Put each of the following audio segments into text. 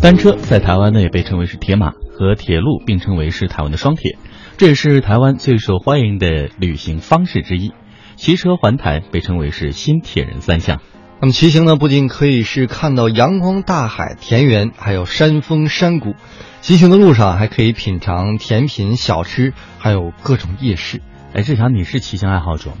单车在台湾呢也被称为是铁马，和铁路并称为是台湾的双铁，这也是台湾最受欢迎的旅行方式之一。骑车环台被称为是新铁人三项。那么骑行呢，不仅可以是看到阳光、大海、田园，还有山峰、山谷；骑行的路上还可以品尝甜品、小吃，还有各种夜市。哎，志强，你是骑行爱好者吗？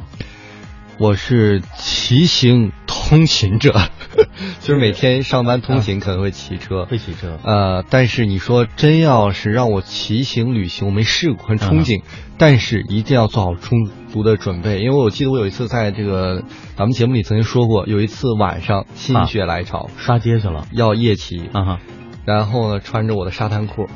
我是骑行通勤者， 就是每天上班通勤可能会骑车。会骑车。呃，但是你说真要是让我骑行旅行，我没试过，很憧嗯憬，但是一定要做好充足的准备，因为我记得我有一次在这个咱们节目里曾经说过，有一次晚上心啊血来潮、刷街去了。要夜骑，啊哈！然后呢穿着我的沙滩裤，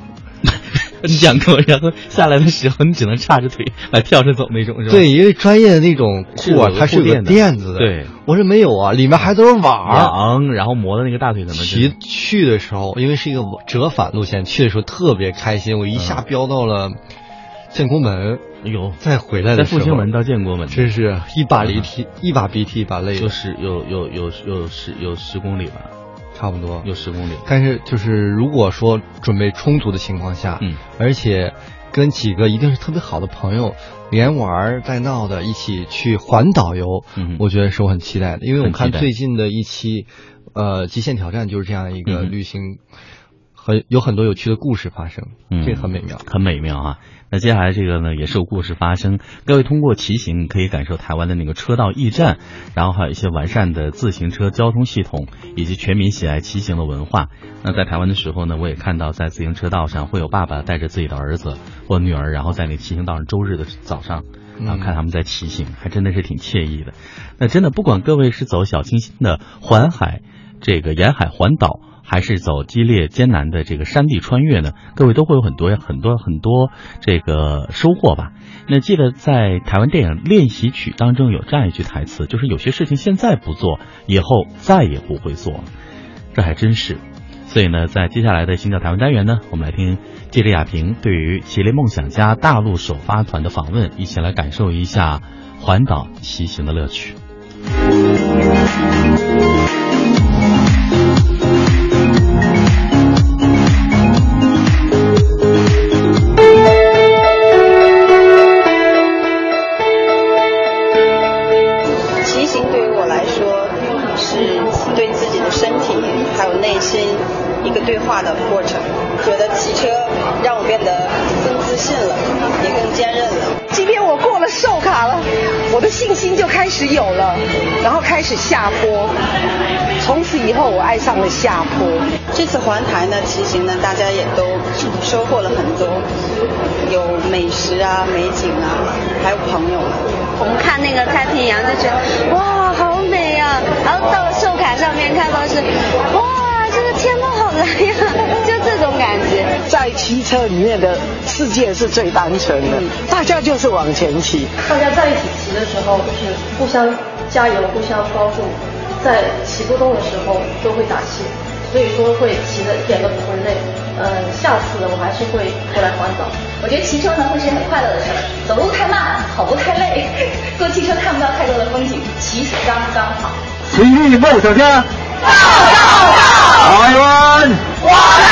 你讲过，然后下来的时候你只能叉着腿来跳着走那种，是吧？对，因为专业的那种是裤啊有，个它是有护个垫的垫子的，对，啊我这没有啊，里面还都是网儿。昂，然后磨的那个大腿可能是骑去的时候，因为是一个折返路线，去的时候特别开心，我一下啊飙到了建国门，哎呦，再回来在的时复候，兴门到建国门，啊真是一把鼻涕一把鼻涕一把泪有，十有有有有十有十公里吧，差不多。有十公里。但是就是如果说准备充足的情况下，嗯，而且跟几个一定是特别好的朋友，连玩儿带闹的一起去环岛游，嗯我觉得是我很期待的，因为我很期看待最近的一期，呃，《极限挑战》就是这样一个嗯哼旅行，很有很多有趣的故事发生，嗯这个很美妙。很美妙啊。那接下来这个呢，也是有故事发生。各位通过骑行可以感受台湾的那个车道驿站，然后还有一些完善的自行车交通系统，以及全民喜爱骑行的文化。那在台湾的时候呢，我也看到在自行车道上会有爸爸带着自己的儿子或女儿，然后在那骑行道上，周日的早上。嗯然后看他们在骑行，还真的是挺惬意的。那真的，不管各位是走小清新的环海，这个沿海环岛，还是走激烈艰难的这个山地穿越呢，各位都会有很多很多很多这个收获吧。那记得在台湾电影《练习曲》当中有这样一句台词，就是有些事情现在不做，以后再也不会做了。这还真是。所以呢，在接下来的新教台湾单元呢，我们来听记者亚萍对于吉林梦想家大陆首发团的访问，一起来感受一下环岛骑行的乐趣。骑行对于我来说嗯是对自己的身体还有内心一个对话的过程。觉得骑车让我变得更自信了，也更坚韧了。今天我过了寿卡了，我的信心就开始有了，然后开始下坡。从此以后，我爱上了下坡。这次环台呢，骑行呢，大家也都收获了很多，有美食啊、美景啊，还有朋友。啊我们看那个太平洋就觉得哇好美啊，然后到了寿卡上面看到是哇这个天都好蓝呀，就这种感觉。在骑车里面的世界是最单纯的，大家就是往前骑。嗯大家在一起骑的时候是互相加油、互相帮助，在骑不动的时候都会打气，所以说会骑的一点都不会累。呃，下次我还是会过来环岛。我觉得骑车呢会是很快乐的事儿，走路太慢，跑步太 累，坐汽车看不到太多的风景，骑刚刚好。情绪梦想家，到到到！台湾，我来